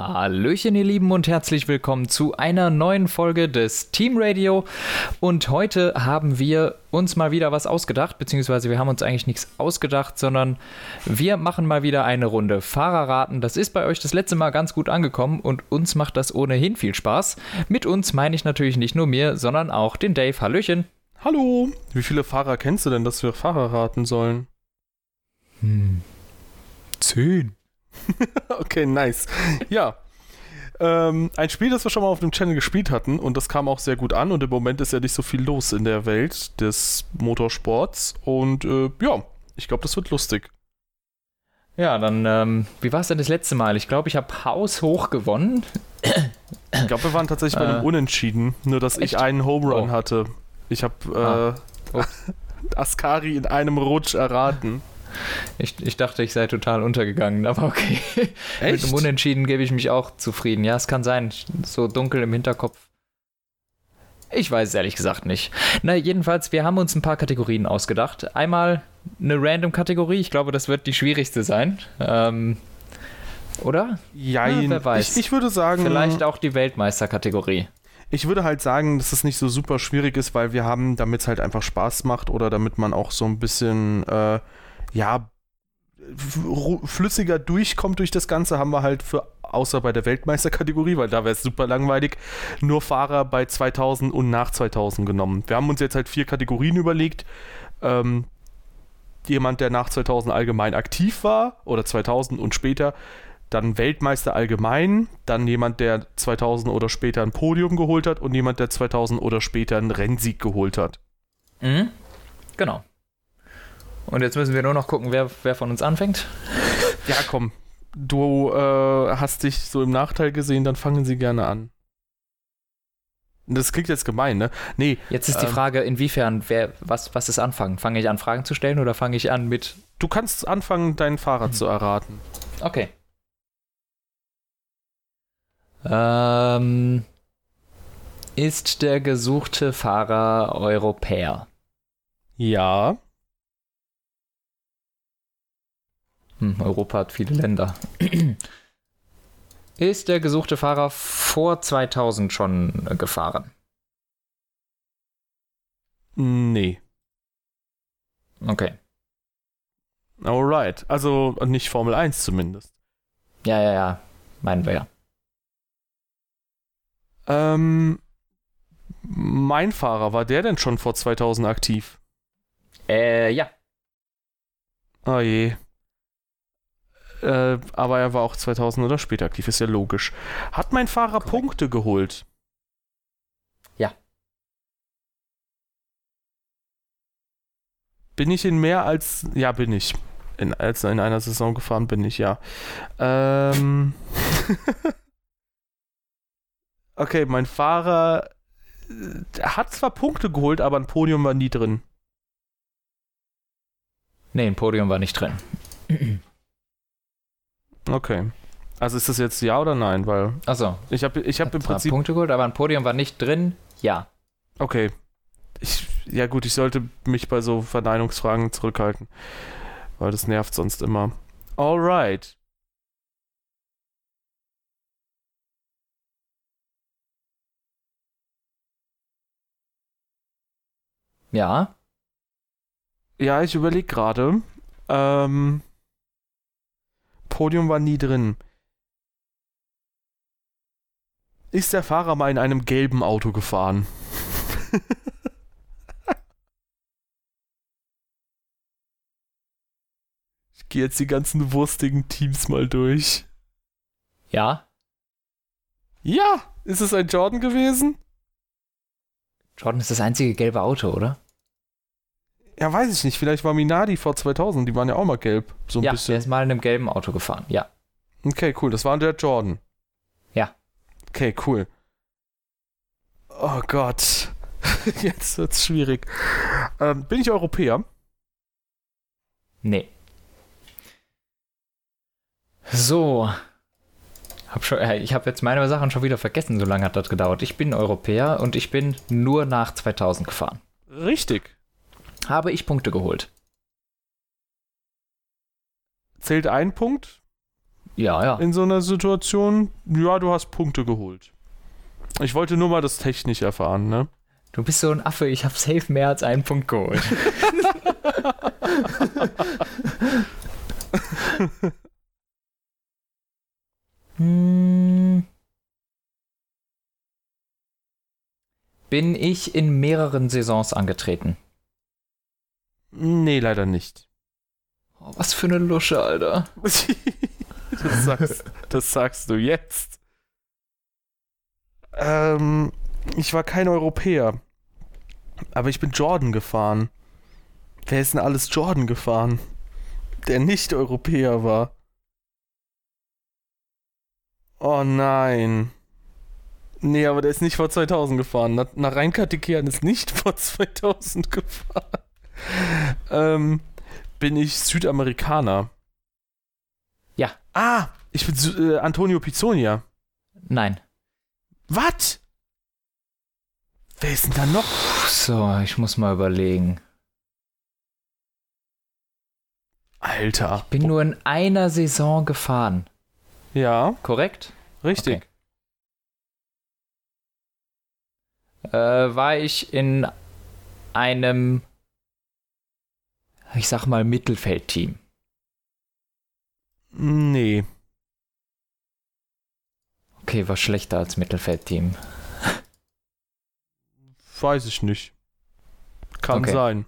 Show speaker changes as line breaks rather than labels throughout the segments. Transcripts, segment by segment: Hallöchen, ihr Lieben, und herzlich willkommen zu einer neuen Folge des Team Radio. Und heute haben wir uns mal wieder was ausgedacht, beziehungsweise wir haben uns eigentlich nichts ausgedacht, sondern wir machen mal wieder eine Runde Fahrerraten. Das ist bei euch das letzte Mal ganz gut angekommen und uns macht das ohnehin viel Spaß. Mit uns meine ich natürlich nicht nur mir, sondern auch den Dave. Hallöchen.
Hallo. Wie viele Fahrer kennst du denn, dass wir Fahrer raten sollen?
Hm. Zehn.
okay, nice. Ja. Ähm, ein Spiel, das wir schon mal auf dem Channel gespielt hatten und das kam auch sehr gut an und im Moment ist ja nicht so viel los in der Welt des Motorsports und äh, ja, ich glaube, das wird lustig.
Ja, dann, ähm, wie war es denn das letzte Mal? Ich glaube, ich habe haushoch gewonnen.
Ich glaube, wir waren tatsächlich bei einem
Äh.
Unentschieden, nur dass ich
Echt?
einen Home Run
Oh.
hatte. Ich habe
Ah.
äh, Askari in einem Rutsch erraten.
Ich, ich dachte, ich sei total untergegangen, aber okay. Mit einem Unentschieden gebe ich mich auch zufrieden. Ja, es kann sein. Ich- So dunkel im Hinterkopf. Ich weiß es ehrlich gesagt nicht. Na, jedenfalls, wir haben uns ein paar Kategorien ausgedacht. Einmal eine Random-Kategorie. Ich glaube, das wird die schwierigste sein. Ähm, oder?
Jein.
Ja, wer weiß.
Hm, Ich, ich würde sagen,
Vielleicht auch die Weltmeister-Kategorie.
Ich würde halt sagen, dass es nicht so super schwierig ist, weil wir haben, damit es halt einfach Spaß macht oder damit man auch so ein bisschen, äh, ja, f- ru- flüssiger durchkommt durch das Ganze, haben wir halt für, außer bei der Weltmeisterkategorie, weil da wäre es super langweilig, nur Fahrer bei 2000 und nach 2000 genommen. Wir haben uns jetzt halt vier Kategorien überlegt. Ähm, jemand, der nach 2000 allgemein aktiv war oder 2000 und später, dann Weltmeister allgemein, dann jemand, der 2000 oder später ein Podium geholt hat und jemand, der 2000 oder später einen Rennsieg geholt hat.
Mhm. Genau. Und jetzt müssen wir nur noch gucken, wer, wer von uns anfängt.
Ja, komm, du äh, hast dich so im Nachteil gesehen, dann fangen sie gerne an. Das klingt jetzt gemein, ne? Nee,
Jetzt ist die
Ähm.
Frage, inwiefern, wer, was, was ist anfangen? Fange ich an, Fragen zu stellen oder fange ich an mit.
du kannst anfangen, deinen Fahrer zu erraten.
Okay. Ähm, ist der gesuchte Fahrer Europäer?
Ja.
Hm, Europa hat viele Länder. ist der gesuchte Fahrer vor 2000 schon äh, gefahren?
Nee.
Okay.
Alright. Also nicht Formel 1 zumindest.
Ja, ja, ja. Meinen wir ja.
Ähm, mein Fahrer, war der denn schon vor 2000 aktiv?
Äh, ja.
Oh je. Äh, aber er war auch 2000 oder später aktiv, ist ja logisch. Hat mein Fahrer
Korrekt.
Punkte geholt?
Ja.
Bin ich in mehr als. Ja, bin ich. In, als in einer Saison gefahren bin ich, ja. Ähm. okay, mein Fahrer äh, hat zwar Punkte geholt, aber ein Podium war nie drin.
Nee, ein Podium war nicht drin.
Okay. Also ist das jetzt ja oder nein? Weil
Achso,
ich habe ich hab im
Hat zwar
Prinzip.
Punkte geholt, aber ein Podium war nicht drin. Ja.
Okay. Ich, ja, gut, ich sollte mich bei so Verneinungsfragen zurückhalten. Weil das nervt sonst immer. Alright.
Ja.
Ja, ich überlege gerade. Ähm, Podium war nie drin. Ist der Fahrer mal in einem gelben Auto gefahren? ich gehe jetzt die ganzen wurstigen Teams mal durch.
Ja.
Ja, ist es ein Jordan gewesen?
Jordan ist das einzige gelbe Auto, oder?
Ja, weiß ich nicht. Vielleicht war Minardi vor 2000. Die waren ja auch mal gelb. So ein
ja,
bisschen.
der ist mal in einem gelben Auto gefahren. Ja.
Okay, cool. Das war der Jordan.
Ja.
Okay, cool. Oh Gott. Jetzt wird's schwierig. Ähm, bin ich Europäer?
Nee. So. Hab schon, äh, ich habe jetzt meine Sachen schon wieder vergessen, so lange hat das gedauert. Ich bin Europäer und ich bin nur nach 2000 gefahren.
Richtig.
Habe ich Punkte geholt?
Zählt ein Punkt?
Ja, ja.
in so einer Situation. Ja, du hast Punkte geholt. Ich wollte nur mal das technisch erfahren, ne?
Du bist so ein Affe, ich habe safe mehr als einen Punkt geholt. Hm. Bin ich in mehreren Saisons angetreten?
Nee, leider nicht.
Oh, was für eine Lusche, Alter.
Das sagst, das sagst du jetzt. Ähm, ich war kein Europäer. Aber ich bin Jordan gefahren. Wer ist denn alles Jordan gefahren? Der nicht Europäer war. Oh nein. Nee, aber der ist nicht vor 2000 gefahren. Na- Nach Rheinkartikian ist nicht vor 2000 gefahren. Ähm, bin ich Südamerikaner?
Ja.
Ah, ich bin Sü- äh, Antonio Pizzonia.
Nein.
Was? Wer ist denn da noch?
Puh, so, ich muss mal überlegen.
Alter.
Bin nur in einer Saison gefahren.
Ja,
Korrekt?
richtig.
Okay. Äh, war ich in einem, ich sag mal, Mittelfeldteam.
Nee.
Okay, war schlechter als Mittelfeldteam.
Weiß ich nicht. Kann
Okay.
sein.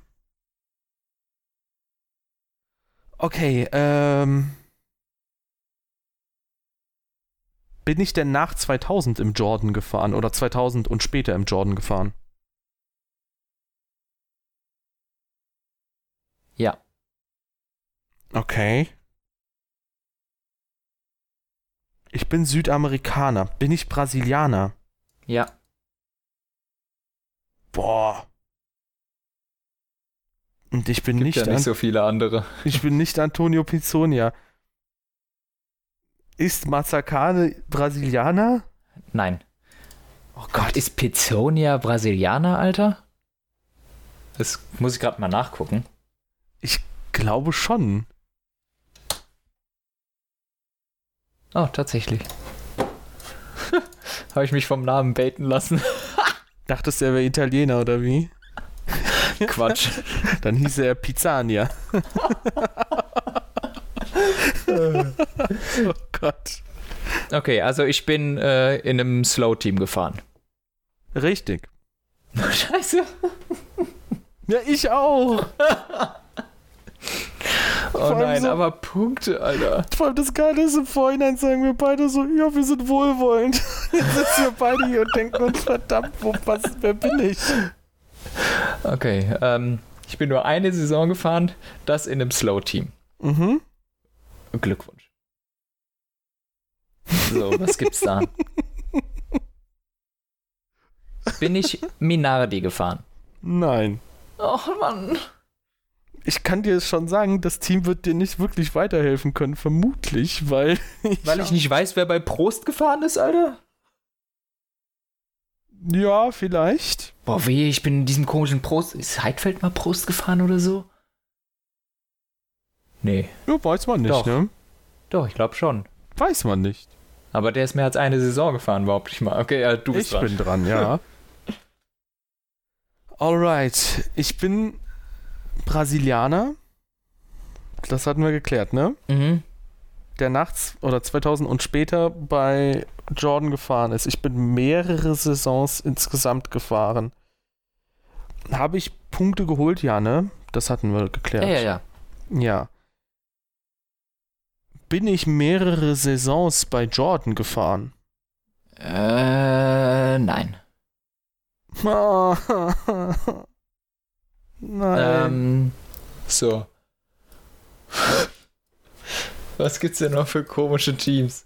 Okay, ähm. Bin ich denn nach 2000 im Jordan gefahren oder 2000 und später im Jordan gefahren?
Ja.
Okay. Ich bin Südamerikaner. Bin ich Brasilianer?
Ja,
Boah. Und ich bin nicht, an,
so viele andere.
ich bin nicht Antonio Pizzonia. Ist Mazzacane Brasilianer?
Nein.
Oh
Gott, ist Pizzonia Brasilianer, Alter? Das muss ich gerade mal nachgucken.
glaube schon.
Oh, tatsächlich. Habe ich mich vom Namen baiten lassen.
Dachtest du, er wäre Italiener oder wie?
Quatsch.
Dann hieß er Pizzania. oh Gott.
Okay, also ich bin äh, in einem Slow-Team gefahren.
Richtig.
Scheiße.
Ja, ich auch.
Oh
allem
nein,
so-
aber Punkte, Alter.
Vor allem das Geile ist, im Vorhinein sagen wir beide so, ja, wir sind wohlwollend. Jetzt sitzen wir beide hier und denken uns, verdammt, wo, was, wer bin ich?
Okay, ähm, ich bin nur eine Saison gefahren, das in einem Slow-Team.
Mhm.
Glückwunsch. So, was gibt's da? Bin ich Minardi gefahren?
Nein.
Oh Mann.
Ich kann dir schon sagen, das Team wird dir nicht wirklich weiterhelfen können, vermutlich, weil.
Weil ich nicht weiß, wer bei Prost gefahren ist, Alter?
Ja, vielleicht.
Boah, weh, ich bin in diesem komischen Prost. Ist Heidfeld mal Prost gefahren oder so? Nee,
Ja, weiß man nicht,
Doch.
ne?
doch, ich glaube schon.
Weiß man nicht.
Aber der ist mehr als eine Saison gefahren, überhaupt nicht mal. Okay, ja, du bist
ich
dran.
bin dran, ja. Alright. Ich bin Brasilianer. Das hatten wir geklärt, ne?
Mhm.
Der nachts oder 2000 und später bei Jordan gefahren ist. Ich bin mehrere Saisons insgesamt gefahren. Habe ich Punkte geholt, ja, ne? Das hatten wir geklärt.
Ja, ja, ja.
Ja. Bin ich mehrere Saisons bei Jordan gefahren?
Äh, nein.
Nein.
Ähm, so. Was gibt's denn noch für komische Teams?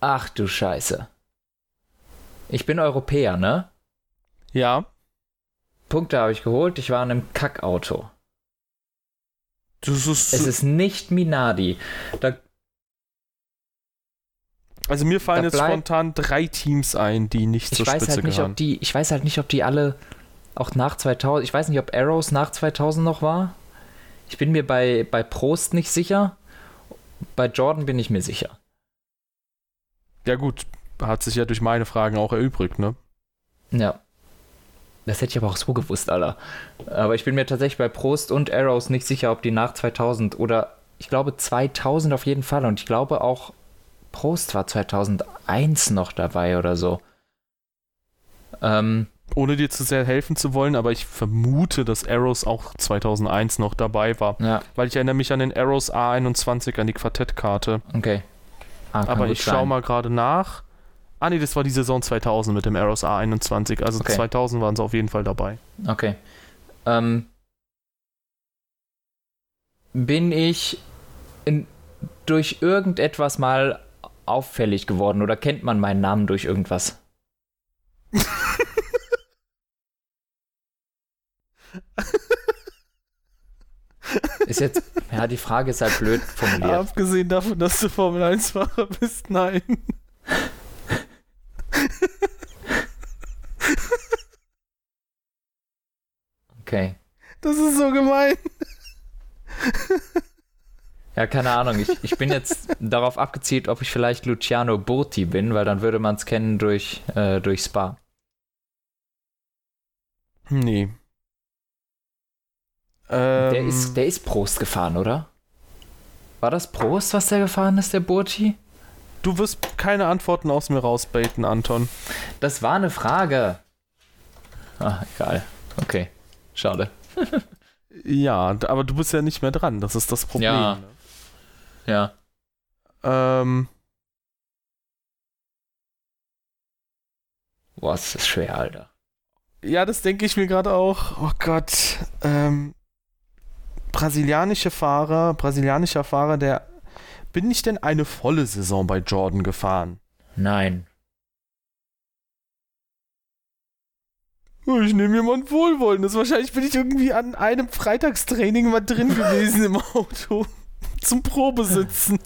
Ach du Scheiße. Ich bin Europäer, ne?
Ja,
Punkte habe ich geholt, ich war in einem Kackauto.
das ist,
Es ist nicht Minardi. Da,
Also mir fallen
da
jetzt
bleib-
spontan drei Teams ein, die nicht
ich
zur
weiß
Spitze
halt nicht,
gehören.
ob die, ich weiß halt nicht, ob die alle auch nach 2000, ich weiß nicht, ob Arrows nach 2000 noch war. Ich bin mir bei, bei Prost nicht sicher, Bei Jordan bin ich mir sicher.
Ja, gut. Hat sich ja durch meine Fragen auch erübrigt, ne?
Ja. Das hätte ich aber auch so gewusst, Alter. Aber ich bin mir tatsächlich bei Prost und Arrows nicht sicher, ob die nach 2000 oder ich glaube 2000 auf jeden Fall. Und ich glaube auch Prost war 2001 noch dabei oder so. Ähm,
Ohne dir zu sehr helfen zu wollen, aber ich vermute, dass Arrows auch 2001 noch dabei war.
ja,
Weil ich erinnere mich an den Arrows A21, an die Quartettkarte.
okay. Ah, kann
Aber
gut
ich schaue
sein.
mal gerade nach. Ah, nee, das war die Saison 2000 mit dem Arrows A21. Also
Okay.
2000 waren sie auf jeden Fall dabei.
Okay. Ähm, bin ich in, durch irgendetwas mal auffällig geworden oder kennt man meinen Namen durch irgendwas? Ist jetzt, ja, die Frage ist halt blöd formuliert.
Abgesehen davon, dass du Formel 1-Fahrer bist, nein.
Okay.
Das ist so gemein.
Ja, keine Ahnung. Ich, ich bin jetzt darauf abgezielt, ob ich vielleicht Luciano Burti bin, weil dann würde man es kennen durch, äh, durch Spa.
Nee. Ähm,
Der ist, der ist Prost gefahren, oder? War das Prost, was der gefahren ist, der Burti?
du wirst keine Antworten aus mir rausbaiten, Anton.
Das war eine Frage. Ah, egal. Okay. Schade.
Ja, d- aber du bist ja nicht mehr dran. Das ist das Problem.
Ja.
ne?
Ja.
Ähm,
Boah, es ist schwer, Alter.
ja, das denke ich mir gerade auch. Oh Gott. Ähm, brasilianische Fahrer, brasilianischer Fahrer, der. Bin ich denn eine volle Saison bei Jordan gefahren?
Nein.
Ich nehme jemand Wohlwollendes. Wahrscheinlich bin ich irgendwie an einem Freitagstraining mal drin gewesen im Auto. Zum Probesitzen.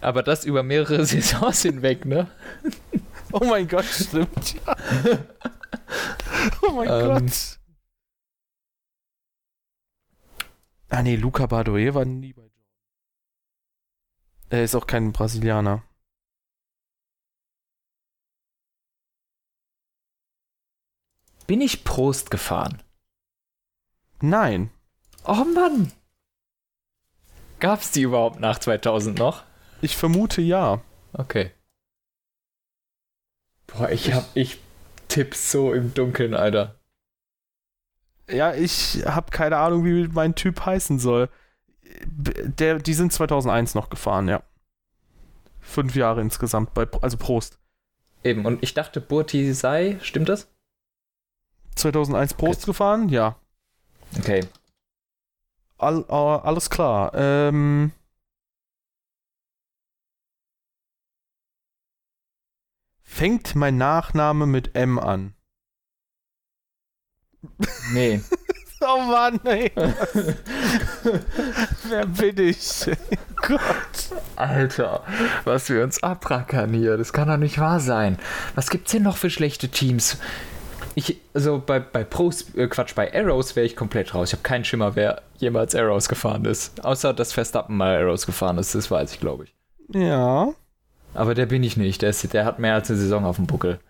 Aber das über mehrere Saisons hinweg, ne?
Oh mein Gott, stimmt. Ja. Oh mein
Ähm.
Gott. Ah nee, Luca Badoe war nie bei Jordan. Er ist auch kein Brasilianer.
Bin ich Prost gefahren?
Nein.
Oh Mann. Gab's die überhaupt nach 2000 noch?
Ich vermute ja.
Okay. Boah, ich hab, ich tipp so im Dunkeln, Alter.
Ja, ich habe keine Ahnung, wie mein Typ heißen soll. B- Der, die sind 2001 noch gefahren, ja. Fünf Jahre insgesamt, bei, Pro- also Prost.
Eben, und ich dachte, Burti sei, stimmt das?
2001 Prost gefahren, ja.
Okay.
All, all, alles klar. Ähm, fängt mein Nachname mit M an?
Nee.
Oh Mann, ey. Wer bin ich? Gott.
Alter, was wir uns abrackern hier, das kann doch nicht wahr sein. Was gibt's denn noch für schlechte Teams? Ich, also bei, bei Pros, äh Quatsch, bei Arrows wäre ich komplett raus. Ich habe keinen Schimmer, wer jemals Arrows gefahren ist. Außer, dass Verstappen mal Arrows gefahren ist, das weiß ich, glaube ich.
Ja.
Aber der bin ich nicht, der, ist, der hat mehr als eine Saison auf dem Buckel.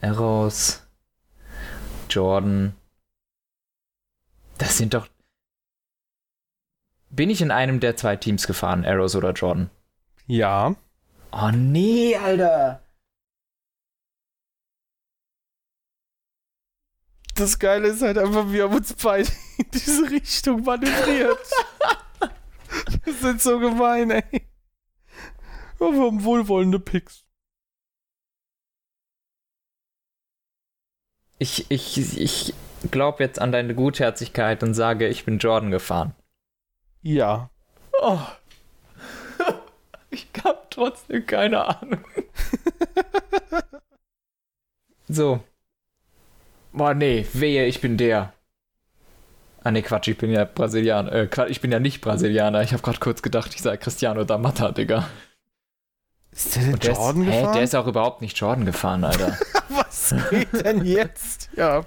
Arrows, Jordan. Das sind doch... Bin ich in einem der zwei Teams gefahren, Arrows oder Jordan?
Ja.
Oh nee, Alter.
Das Geile ist halt einfach, wir haben uns beide in diese Richtung manövriert. Wir sind so gemein, ey. Ja, wir haben wohlwollende Picks.
Ich, ich, ich glaube jetzt an deine Gutherzigkeit und sage, ich bin Jordan gefahren.
Ja.
Oh. Ich habe trotzdem keine Ahnung. so. Boah, nee, wehe, ich bin der. Ah, nee, Quatsch, ich bin ja Brasilianer. Äh, Quatsch, ich bin ja nicht Brasilianer. Ich habe gerade kurz gedacht, ich sei Cristiano D'Amata, Digga.
Ist der denn
Der ist, hä, der ist auch überhaupt nicht Jordan gefahren, Alter.
Was geht denn jetzt? Ja.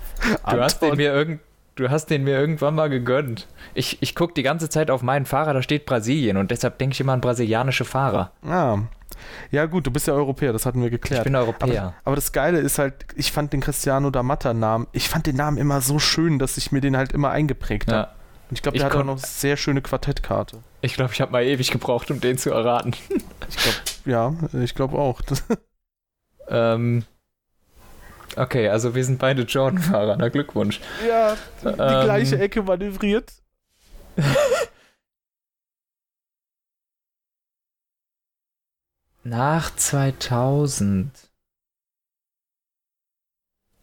Du hast den mir irgend, Du hast den mir irgendwann mal gegönnt. Ich, ich gucke die ganze Zeit auf meinen Fahrer, da steht Brasilien und deshalb denke ich immer an brasilianische Fahrer.
Ah. Ja, gut, du bist ja Europäer, das hatten wir geklärt.
Ich bin Europäer.
Aber, aber das Geile ist halt, ich fand den Cristiano da Matta-Namen, ich fand den Namen immer so schön, dass ich mir den halt immer eingeprägt habe.
Ja.
Und ich glaube,
Ich
der hat auch
kon-
noch sehr schöne Quartettkarte.
Ich glaube, ich habe mal ewig gebraucht, um den zu erraten.
Ich glaube, ja, ich glaube auch. Das,
Ähm, okay, also wir sind beide Jordan-Fahrer. Na Glückwunsch.
ja,
die Ähm. gleiche
Ecke manövriert.
Nach 2000.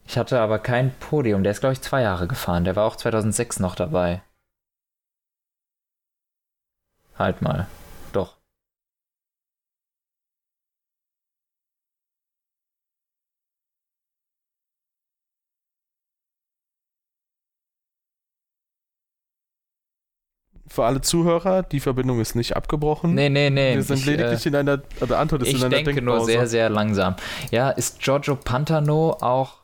Ich hatte aber kein Podium. Der ist, glaube ich, zwei Jahre gefahren. Der war auch 2006 noch dabei. Halt mal. Doch.
Für alle Zuhörer, die Verbindung ist nicht abgebrochen.
Nee, nee, nee.
Wir sind
ich, äh,
lediglich in einer, also Anton ist
ich
in einer
denke
Denkpause.
nur sehr, sehr langsam. Ja, ist Giorgio Pantano auch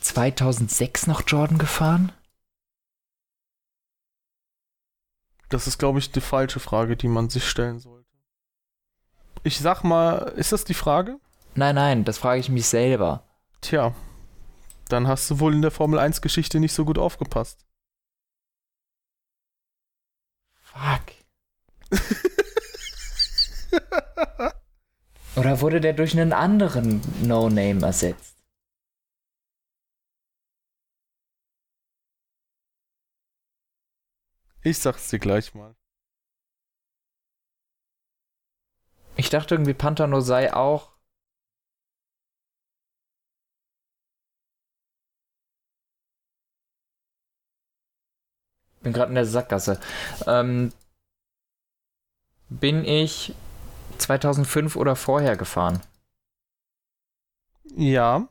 2006 noch Jordan gefahren?
Das ist, glaube ich, die falsche Frage, die man sich stellen sollte. Ich sag mal, ist das die Frage?
Nein, nein, das frage ich mich selber.
Tja, dann hast du wohl in der Formel 1-Geschichte nicht so gut aufgepasst.
Fuck. Oder wurde der durch einen anderen No-Name ersetzt?
Ich sag's dir gleich mal.
Ich dachte irgendwie, Pantano sei auch. Bin gerade in der Sackgasse. Ähm, bin ich 2005 oder vorher gefahren?
Ja.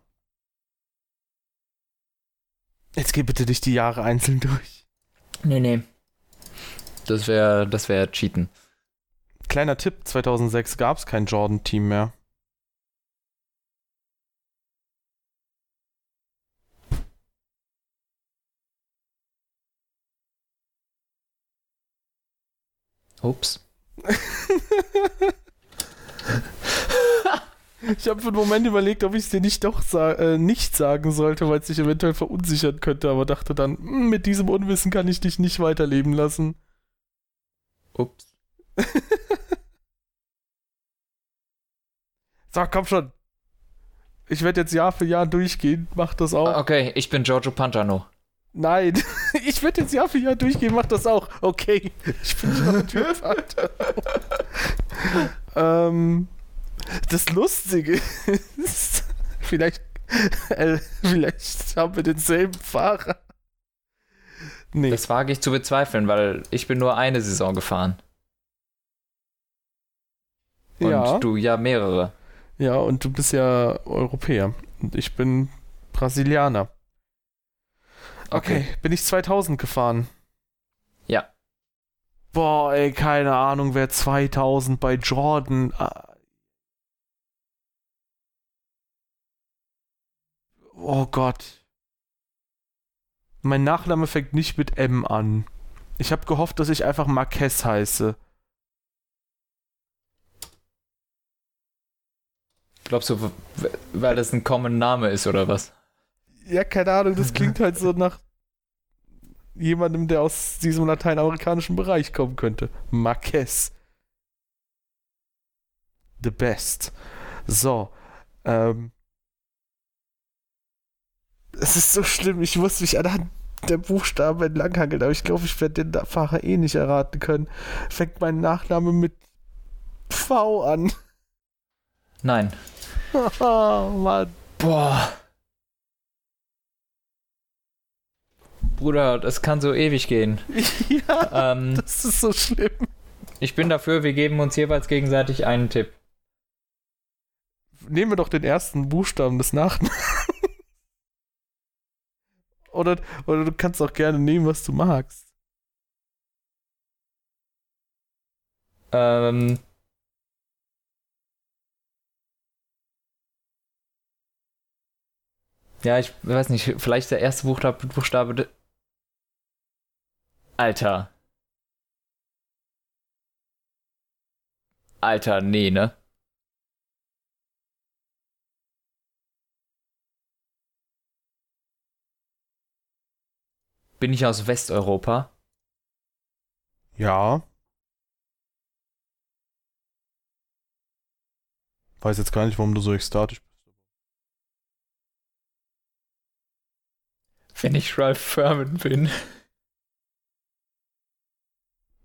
Jetzt geh bitte nicht die Jahre einzeln durch.
Nee, nee. Das wäre das wär Cheaten.
Kleiner Tipp, 2006 gab's kein Jordan-Team mehr.
Ups.
Ich habe für einen Moment überlegt, ob ich es dir nicht doch sa äh, nicht sagen sollte, weil es dich eventuell verunsichern könnte, aber dachte dann, "Hm, mit diesem Unwissen kann ich dich nicht weiterleben lassen.
Ups.
So, komm schon. Ich werde jetzt Jahr für Jahr durchgehen, mach das
Oh.
auch.
Okay, ich bin Giorgio Pantano.
Nein, ich werde jetzt Jahr für Jahr durchgehen, mach das auch. Okay, ich bin schon ein Typ, Alter. ähm, das Lustige ist, vielleicht, äh, vielleicht haben wir denselben Fahrer. Nee,
Das wage ich zu bezweifeln, weil ich bin nur eine Saison gefahren und
ja.
du ja mehrere.
Ja, und du bist ja Europäer. Und ich bin Brasilianer. Okay, bin ich 2000 gefahren?
Ja.
Boah, ey, keine Ahnung, wer 2000 bei Jordan. ah. Oh Gott. Mein Nachname fängt nicht mit M an. Ich habe gehofft, dass ich einfach Marquez heiße.
Glaubst du, w- w- weil das ein common Name ist oder was?
Ja, keine Ahnung, das klingt halt so nach jemandem, der aus diesem lateinamerikanischen Bereich kommen könnte. Marquez. The best. So. Ähm. Es ist so schlimm, ich muss mich anhand der Buchstaben entlanghangeln, aber ich glaube, ich werde den Fahrer eh nicht erraten können. Fängt mein Nachname mit V an.
Nein.
oh, Mann.
Boah. Bruder, das kann so ewig gehen.
ja,
ähm,
das ist so schlimm.
ich bin dafür, wir geben uns jeweils gegenseitig einen Tipp.
nehmen wir doch den ersten Buchstaben des Nachnamens. oder, oder du kannst auch gerne nehmen, was du magst.
Ähm. Ja, ich weiß nicht, vielleicht der erste Buchstabe, Buchstabe de- Alter. Alter, nee, ne? Bin ich aus Westeuropa?
Ja. Weiß jetzt gar nicht, warum du so ekstatisch bist.
Wenn ich Ralph Furman bin.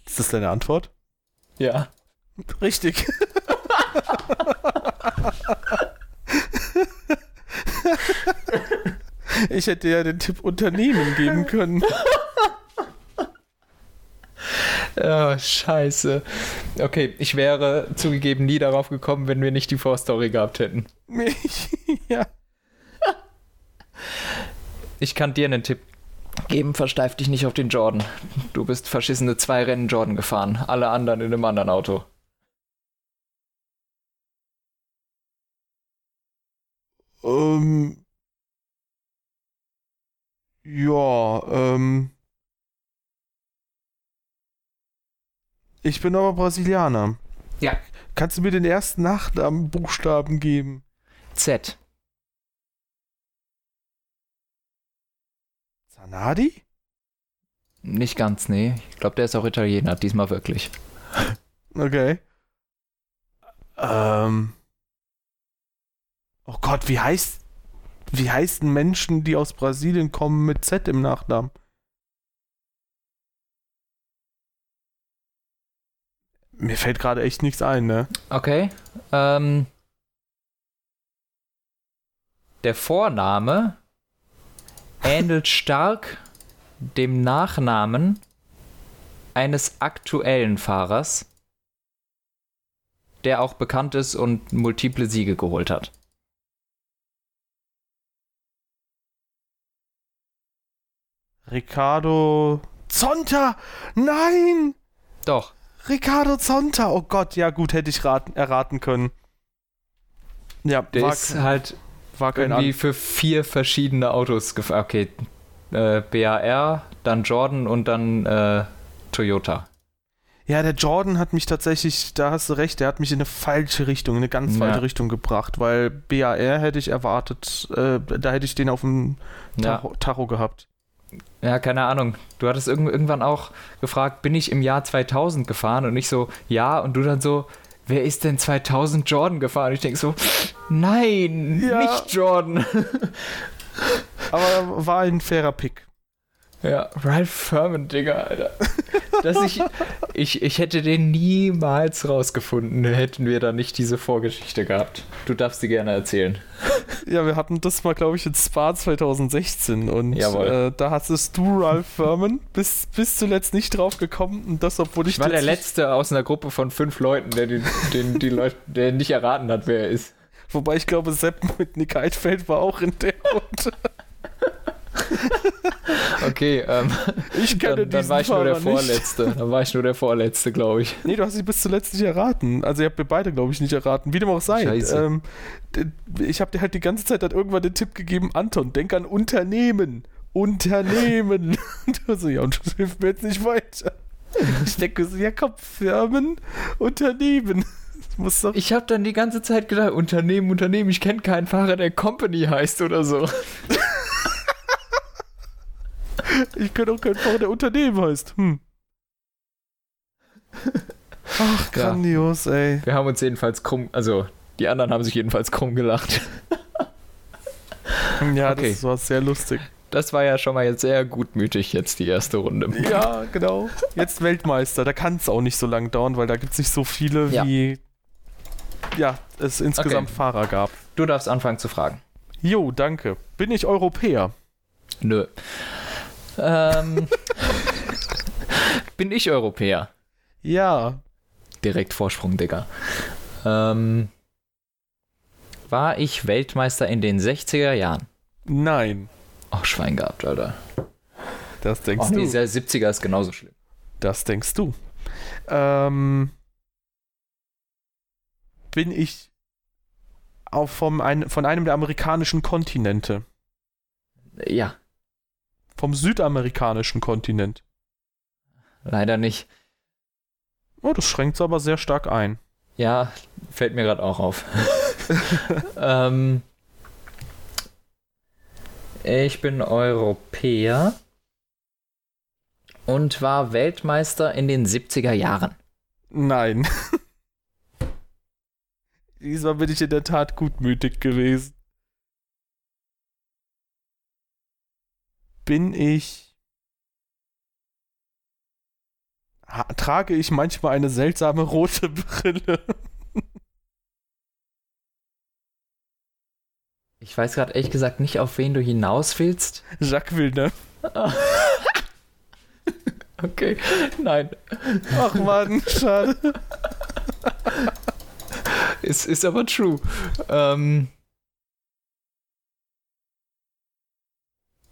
Ist das deine Antwort?
Ja.
Richtig. ich hätte ja den Tipp Unternehmen geben können.
Oh, scheiße. Okay, ich wäre zugegeben nie darauf gekommen, wenn wir nicht die Vorstory gehabt hätten.
Mich. ja.
Ich kann dir einen Tipp geben, versteif dich nicht auf den Jordan. Du bist verschissene zwei Rennen Jordan gefahren, alle anderen in einem anderen Auto.
Ähm. Ja, ähm. Ich bin aber Brasilianer.
Ja.
Kannst du mir den ersten Nachnamen Buchstaben geben?
Z.
Zanadi?
Nicht ganz, nee. Ich glaube, der ist auch Italiener, diesmal wirklich.
Okay. Ähm. Oh Gott, wie heißt. Wie heißen Menschen, die aus Brasilien kommen mit Z im Nachnamen? Mir fällt gerade echt nichts ein, ne?
Okay. Ähm, der Vorname ähnelt stark dem Nachnamen eines aktuellen Fahrers, der auch bekannt ist und multiple Siege geholt hat.
Ricardo Zonta! Nein!
Doch.
Ricardo Zonta! Oh Gott, ja gut, hätte ich raten, erraten können. Ja,
Der
war,
ist halt
war kein
irgendwie
An-
für vier verschiedene Autos gefahren. Okay, äh, BAR, dann Jordan und dann äh, Toyota.
Ja, der Jordan hat mich tatsächlich, da hast du recht, der hat mich in eine falsche Richtung, in eine ganz
Ja.
falsche Richtung gebracht, weil BAR hätte ich erwartet, äh, da hätte ich den auf dem
Ja.
Tacho, Tacho gehabt.
Ja, keine Ahnung. Du hattest irgend- irgendwann auch gefragt, bin ich im Jahr 2000 gefahren? Und ich so, ja. Und du dann so, wer ist denn 2000 Jordan gefahren? Und ich denk so, nein,
Ja.
nicht Jordan.
Aber war ein fairer Pick.
Ja, Ralph Furman, Digga, Alter. Dass ich, ich, ich hätte den niemals rausgefunden, hätten wir da nicht diese Vorgeschichte gehabt. Du darfst sie gerne erzählen.
Ja, wir hatten das mal, glaube ich, in Spa 2016 und
Jawohl.
äh, da hattest du Ralph Furman bis, bis zuletzt nicht drauf gekommen und das, obwohl ich
Ich war der
tatsächlich-
Letzte aus einer Gruppe von fünf Leuten, der, den, den, die Leute, der nicht erraten hat, wer er ist.
Wobei ich glaube, Sepp mit Nick Heidfeld war auch in der Runde.
Okay, ähm,
Ich kenne
dann, dann
diesen
war ich nur der
Fahrer nicht.
Vorletzte. Dann war ich nur der Vorletzte, glaube ich.
Nee, du hast dich bis zuletzt nicht erraten. Also ihr habt mir beide, glaube ich, nicht erraten. Wie dem auch sei.
Scheiße.
Ähm, d- ich habe dir halt die ganze Zeit dann irgendwann den Tipp gegeben, Anton, denk an Unternehmen. Unternehmen. du so, ja, und das hilft mir jetzt nicht weiter. Ich denke so, ja komm, Firmen, Unternehmen. Das muss doch...
Ich habe dann die ganze Zeit gedacht, Unternehmen, Unternehmen, ich kenne keinen Fahrer, der Company heißt oder so.
Ich könnte auch kein Fahrer, der Unternehmen heißt. Hm. Ach,
Ja.
grandios, ey.
Wir haben uns jedenfalls krumm, also die anderen haben sich jedenfalls krumm gelacht.
Ja,
Okay.
das war sehr lustig.
Das war ja schon mal jetzt sehr gutmütig, jetzt die erste Runde.
Ja, genau. Jetzt Weltmeister, da kann es auch nicht so lange dauern, weil da gibt es nicht so viele,
Ja.
wie ja, es insgesamt
Okay.
Fahrer gab.
Du darfst anfangen zu fragen.
Jo, danke. Bin ich Europäer?
Nö. Ähm, bin ich Europäer?
Ja.
Direkt Vorsprung, Digga. Ähm, war ich Weltmeister in den 60er Jahren?
Nein.
Ach, Schwein gehabt, Alter.
Das denkst
Ach,
du.
dieser 70er ist genauso schlimm.
Das denkst du. Ähm, bin ich auf vom ein, von einem der amerikanischen Kontinente?
Ja.
Vom südamerikanischen Kontinent?
leider nicht.
Oh, das schränkt es aber sehr stark ein.
Ja, fällt mir gerade auch auf. ähm, ich bin Europäer und war Weltmeister in den 70er Jahren.
Nein. Diesmal bin ich in der Tat gutmütig gewesen. Bin ich. Ha trage ich manchmal eine seltsame rote Brille?
Ich weiß gerade ehrlich gesagt nicht, auf wen du hinaus willst.
Jacques Villeneuve.
Okay, nein.
Ach man, schade.
Es ist aber true. Ähm,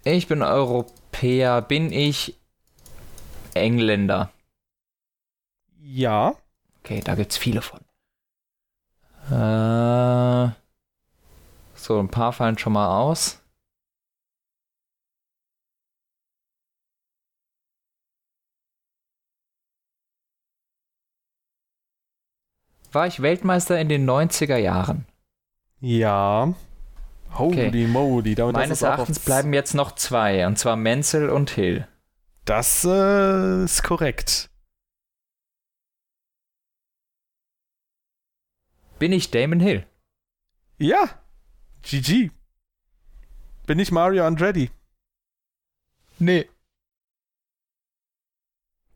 ich bin Europäer. Bin ich Engländer?
Ja.
Okay, da gibt's viele von. Äh, so, ein paar fallen schon mal aus. War ich Weltmeister in den 90er Jahren?
Ja. Holy
Okay.
moly. Damit hast
Meines
du's auch auf
Erachtens
z-
bleiben jetzt noch zwei, und zwar Menzel und Hill.
Das äh, ist korrekt.
Bin ich Damon Hill?
Ja. GG. Bin ich Mario Andretti?
Nee.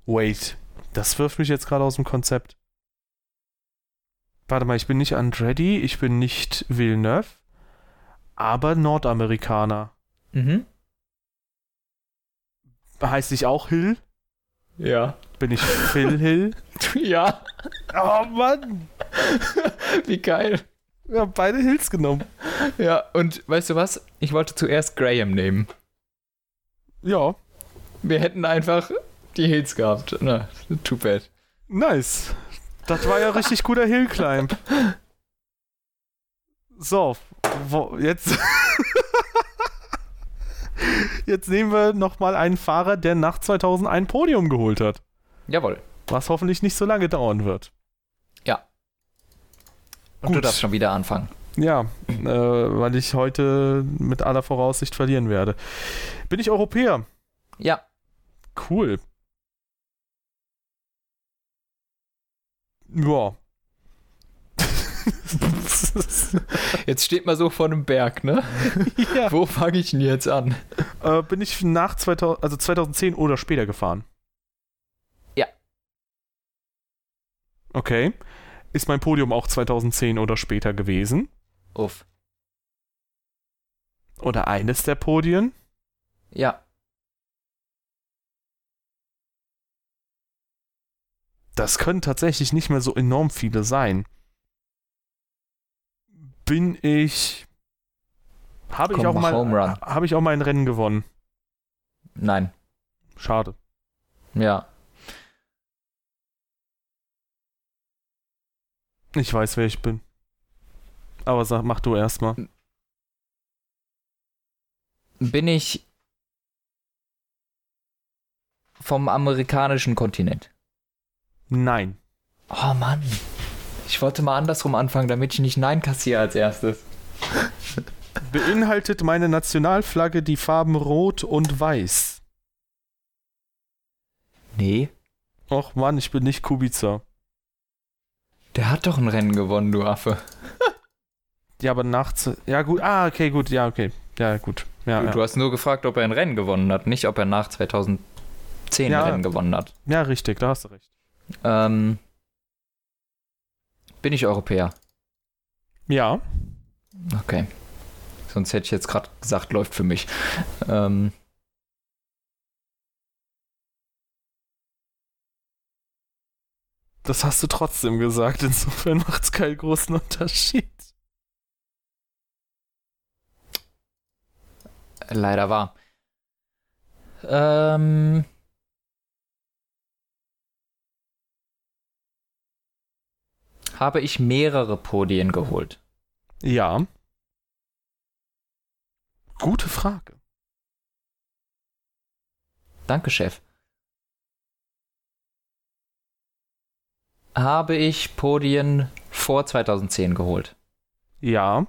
Wait. Das wirft mich jetzt gerade aus dem Konzept. Warte mal, ich bin nicht Andretti, ich bin nicht Villeneuve, aber Nordamerikaner.
Mhm.
Heißt ich auch Hill?
Ja.
Bin ich Phil Hill?
Ja,
Oh Mann!
wie geil.
Wir haben beide Hills genommen.
Ja, und weißt du was? Ich wollte zuerst Graham nehmen.
Ja,
Wir hätten einfach die Hills gehabt. Na, too bad.
nice. Das war ja richtig guter Hillclimb. So, wo, jetzt. jetzt nehmen wir nochmal einen Fahrer, der nach 2000 ein Podium geholt hat.
Jawohl.
Was hoffentlich nicht so lange dauern wird.
Und du
Gut.
darfst schon wieder anfangen.
Ja, äh, weil ich heute mit aller Voraussicht verlieren werde. Bin ich Europäer?
Ja.
Cool. Ja.
Jetzt steht man so vor einem Berg, ne?
ja.
Wo fange ich denn jetzt an?
Äh, bin ich nach 2000, also 2010 oder später gefahren?
Ja.
Okay. Ist mein Podium auch 2010 oder später gewesen?
Uff.
Oder eines der Podien?
Ja.
Das können tatsächlich nicht mehr so enorm viele sein. Bin ich. Habe ich,
Komm,
auch
mach
mal,
Home Run.
habe ich auch mal ein Rennen gewonnen?
Nein.
Schade.
Ja.
Ich weiß, wer ich bin. Aber sag, mach du erstmal.
Bin ich vom amerikanischen Kontinent?
Nein.
Oh Mann. Ich wollte mal andersrum anfangen, damit ich nicht Nein kassiere als erstes.
Beinhaltet meine Nationalflagge die Farben Rot und Weiß?
Nee.
Och Mann, ich bin nicht Kubica.
Der hat doch ein Rennen gewonnen, du Affe.
Ja, aber nachts. Ja, gut. Ah, okay, gut. Ja, okay. Ja, gut. Ja,
du,
ja.
du hast nur gefragt, ob er ein Rennen gewonnen hat, nicht ob er nach 2010
Ja.
ein Rennen gewonnen hat.
ja richtig. Da hast du recht.
Ähm, bin ich Europäer?
Ja.
Okay. Sonst hätte ich jetzt gerade gesagt, läuft für mich. Ähm,
Das hast du trotzdem gesagt. Insofern macht's keinen großen Unterschied.
leider war. Ähm, habe ich mehrere Podien geholt?
Ja. Gute Frage.
Danke, Chef. habe ich Podien vor 2010 geholt.
Ja.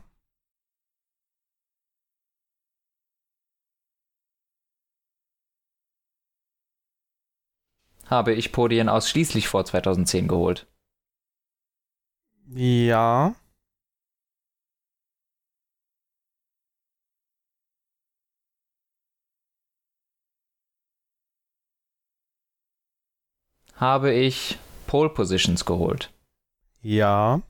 Habe ich Podien ausschließlich vor 2010 geholt.
Ja.
Habe ich Pole Positions geholt.
Ja.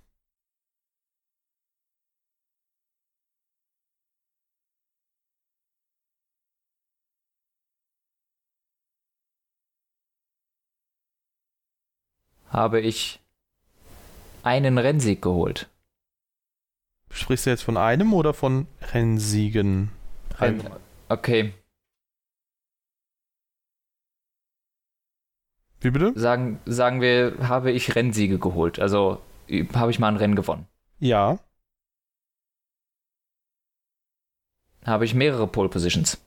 Habe ich einen Rennsieg geholt.
Sprichst du jetzt von einem oder von Rennsiegen?
Renn- Okay,
Wie bitte?
sagen, sagen wir, habe ich Rennsiege geholt. Also äh, habe ich mal ein Rennen gewonnen.
Ja.
Habe ich mehrere Pole Positions.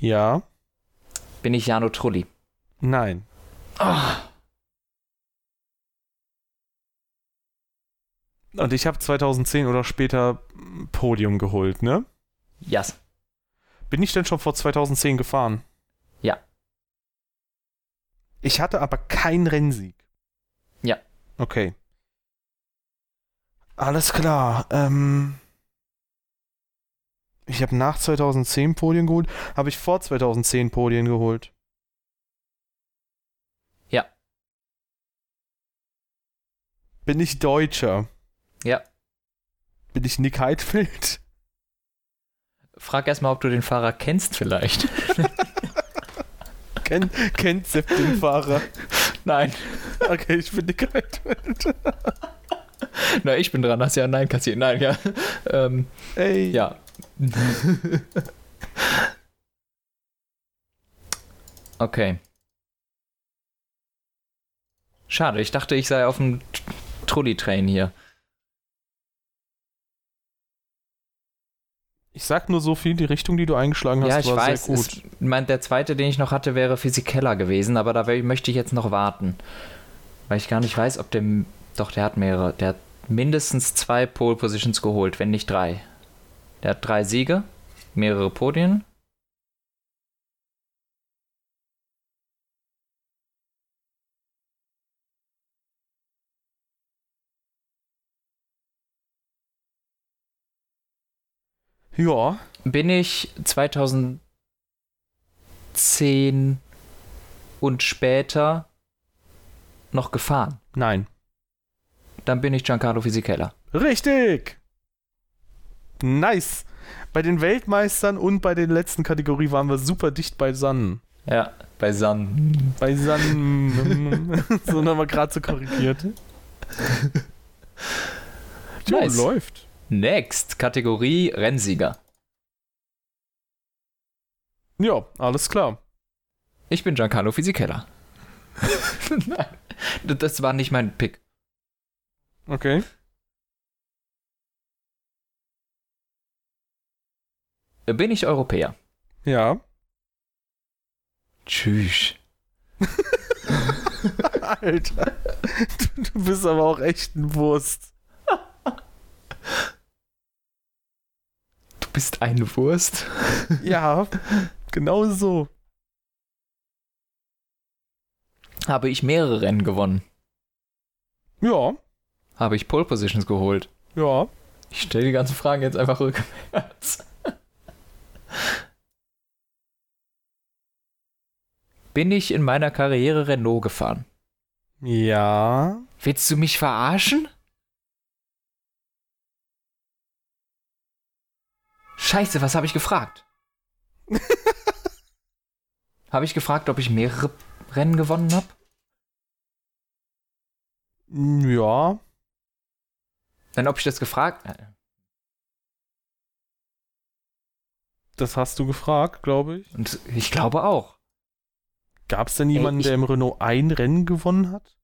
Ja.
Bin ich Jano Trulli.
Nein. Und ich habe 2010 oder später ein Podium geholt, ne?
Yes.
Bin ich denn schon vor 2010 gefahren?
Ja.
Ich hatte aber keinen Rennsieg.
Ja.
Okay. Alles klar. Ähm, ich habe nach 2010 Podien geholt. Habe ich vor 2010 Podien geholt?
Ja.
Bin ich Deutscher?
Ja.
Bin ich Nick Heidfeld?
Frag erstmal, ob du den Fahrer kennst vielleicht.
Ken, kennt Sepp den Fahrer?
Nein.
Okay, ich bin Nick Heidfeld.
Na, ich bin dran. Hast ja Nein kassiert. Nein, ja. Ähm,
Ey.
ja. okay. Schade, ich dachte, ich sei auf dem Tr- Trulli-Train hier.
Ich sag nur so viel, die Richtung, die du eingeschlagen hast,
Ja, ich
war
weiß.
sehr gut.
Es, mein, der zweite, den ich noch hatte, wäre Physikeller gewesen, aber da wär- möchte ich jetzt noch warten. Weil ich gar nicht weiß, ob der. m- Doch, der hat mehrere. Der hat mindestens zwei Pole Positions geholt, wenn nicht drei. Der hat drei Siege, mehrere Podien.
Ja,
Bin ich 2010 und später noch gefahren.
nein.
Dann bin ich Giancarlo Fisichella.
Richtig! Nice! Bei den Weltmeistern und bei den letzten Kategorie waren wir super dicht beisammen.
Ja, bei San.
Beisammen. so haben wir gerade so korrigiert. Jo,
Nice.
läuft.
Next, Kategorie Rennsieger.
Ja, alles klar.
Ich bin Giancarlo Fisichella. Nein, d- das war nicht mein Pick.
Okay.
Bin ich Europäer?
Ja.
Tschüss.
Alter. Du, du bist aber auch echt ein Wurst.
Du bist eine Wurst.
Ja, genau so.
Habe ich mehrere Rennen gewonnen?
Ja,
Habe ich Pole Positions geholt?
ja.
Ich stelle die ganzen Fragen jetzt einfach rückwärts. Bin ich in meiner Karriere Renault gefahren?
Ja.
Willst du mich verarschen? Scheiße, was habe ich gefragt? habe ich gefragt, ob ich mehrere Rennen gewonnen habe?
Ja.
Dann ob ich das gefragt. äh,
Das hast du gefragt, glaube ich.
Und ich glaube auch.
Gab es denn jemanden,
ich-
der im Renault ein Rennen gewonnen hat?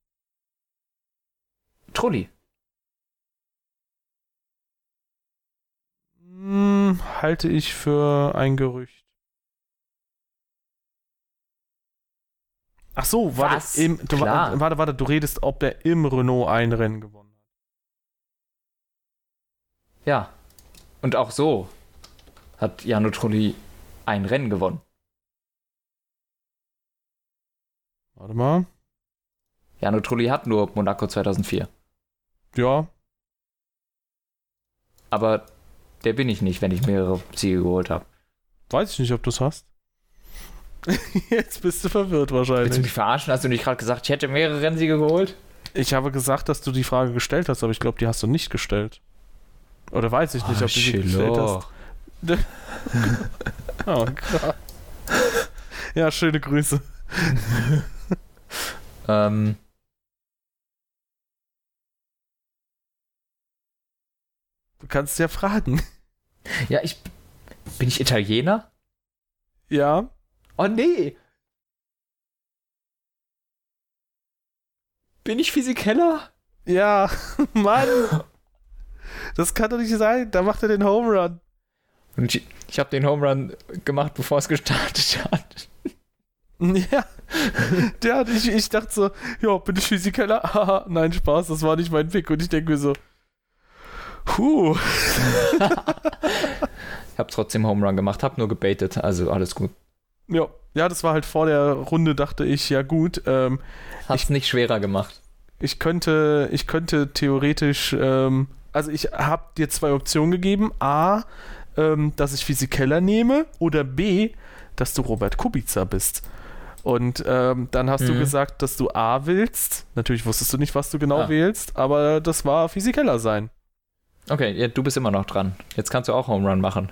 Trulli.
Hm, halte ich für ein Gerücht. Ach so, warte,
Was?
im, du,
Klar.
warte, warte, warte, du redest, ob der im Renault ein Rennen gewonnen hat.
Ja. Und auch so hat Jano Trulli ein Rennen gewonnen.
Warte mal.
Jano Trulli hat nur Monaco 2004.
Ja,
Aber der bin ich nicht, wenn ich mehrere Siege geholt habe.
weiß ich nicht, ob du es hast. Jetzt bist du verwirrt
Willst du mich
wahrscheinlich.
verarschen? Hast du nicht gerade gesagt, ich hätte mehrere Rennsiege geholt?
Ich habe gesagt, dass du die Frage gestellt hast, aber ich glaube, die hast du nicht gestellt. Oder weiß ich nicht, ob du die gestellt hast. Oh Gott. Ja, schöne Grüße.
Ähm,
Du kannst ja fragen.
ja, ich. Bin ich Italiener?
Ja.
Oh nee! Bin ich Physikeller?
Ja. Mann. Das kann doch nicht sein. Da macht er den Home Run.
Und ich, ich habe den Home Run gemacht, bevor es gestartet hat.
Ja. Der hat, ich, ich dachte so, ja, bin ich Physikeller? Haha, nein, Spaß, das war nicht mein Pick. Und ich denke mir so, puh.
Ich habe trotzdem Home Run gemacht, habe nur gebaitet, also alles gut.
Ja. ja, das war halt vor der Runde, dachte ich, ja gut, ähm,
Hat's nicht schwerer gemacht.
ich könnte, ich könnte theoretisch, ähm, also ich habe dir zwei Optionen gegeben. A, ähm, dass ich Physikeller nehme oder B, dass du Robert Kubica bist. Und ähm, dann hast du
Mhm.
gesagt, dass du A willst. Natürlich wusstest du nicht, was du genau
Ah.
wählst, aber das war Physikeller sein.
Okay, ja, du bist immer noch dran. Jetzt kannst du auch Home Run machen.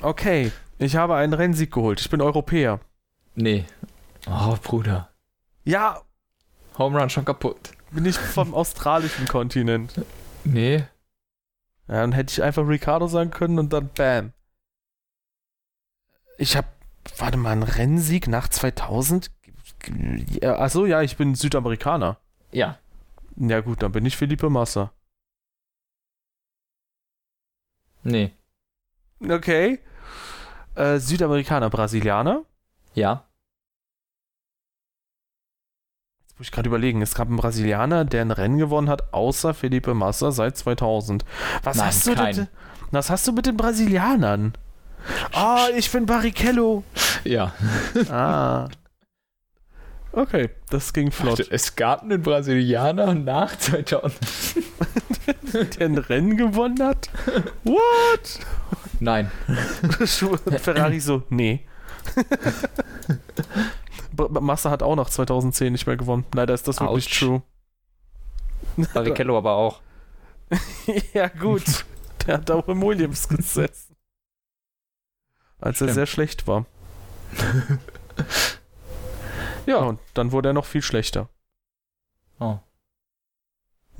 Okay, ich habe einen Rennsieg geholt. Ich bin Europäer.
Nee. Oh, Bruder.
Ja,
Home Run schon kaputt.
bin ich vom australischen Kontinent.
Nee.
Ja, dann hätte ich einfach Ricardo sagen können und dann bam. Ich habe, warte mal, einen Rennsieg nach 2000? Ja, Achso, ja, ich bin Südamerikaner.
Ja.
Ja gut, dann bin ich Felipe Massa.
Nee.
Okay. Äh, Südamerikaner, Brasilianer?
Ja.
Jetzt muss ich gerade überlegen, es gab einen Brasilianer, der ein Rennen gewonnen hat, außer Felipe Massa seit 2000. Was
Nein,
hast du denn?
keinen.
Was hast du mit den Brasilianern? Oh, ich bin Barrichello.
Ja.
Ah. Okay, das ging flott.
Es gab einen Brasilianer nach 2000.
der ein Rennen gewonnen hat? What?
Nein.
Ferrari so, nee. B- B- Massa hat auch nach 2010 nicht mehr gewonnen. Leider ist das wirklich
Autsch.
true.
Barrichello aber auch.
ja, gut. Der hat auch im Williams gesessen. Als er
Stimmt.
sehr schlecht war. ja, und dann wurde er noch viel schlechter.
Oh.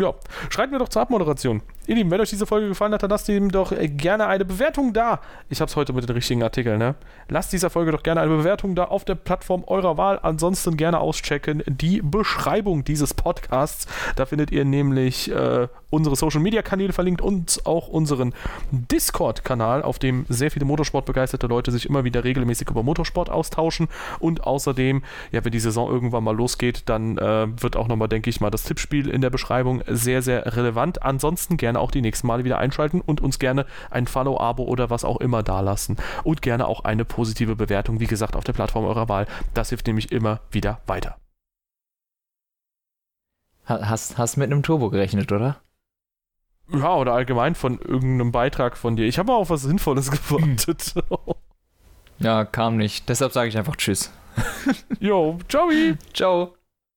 Ja, schreibt mir doch zur Abmoderation. Ihr Lieben, wenn euch diese Folge gefallen hat, dann lasst ihm doch äh, gerne eine Bewertung da. Ich hab's heute mit den richtigen Artikeln, ne? Lasst dieser Folge doch gerne eine Bewertung da auf der Plattform eurer Wahl. Ansonsten gerne auschecken die Beschreibung dieses Podcasts. Da findet ihr nämlich äh, unsere Social-Media-Kanäle verlinkt und auch unseren Discord-Kanal, auf dem sehr viele motorsportbegeisterte Leute sich immer wieder regelmäßig über Motorsport austauschen. Und außerdem, ja, wenn die Saison irgendwann mal losgeht, dann äh, wird auch nochmal, denke ich mal, das Tippspiel in der Beschreibung sehr, sehr relevant. Ansonsten gerne auch die nächsten Male wieder einschalten und uns gerne ein Follow, Abo oder was auch immer dalassen. Und gerne auch eine positive Bewertung, wie gesagt, auf der Plattform eurer Wahl. Das hilft nämlich immer wieder weiter.
Ha- Hast, hast mit einem Turbo gerechnet, oder?
Ja, oder allgemein von irgendeinem Beitrag von dir. Ich habe auch was Sinnvolles gewartet.
Ja, kam nicht. Deshalb sage ich einfach Tschüss.
Jo, ciao!
Ciao.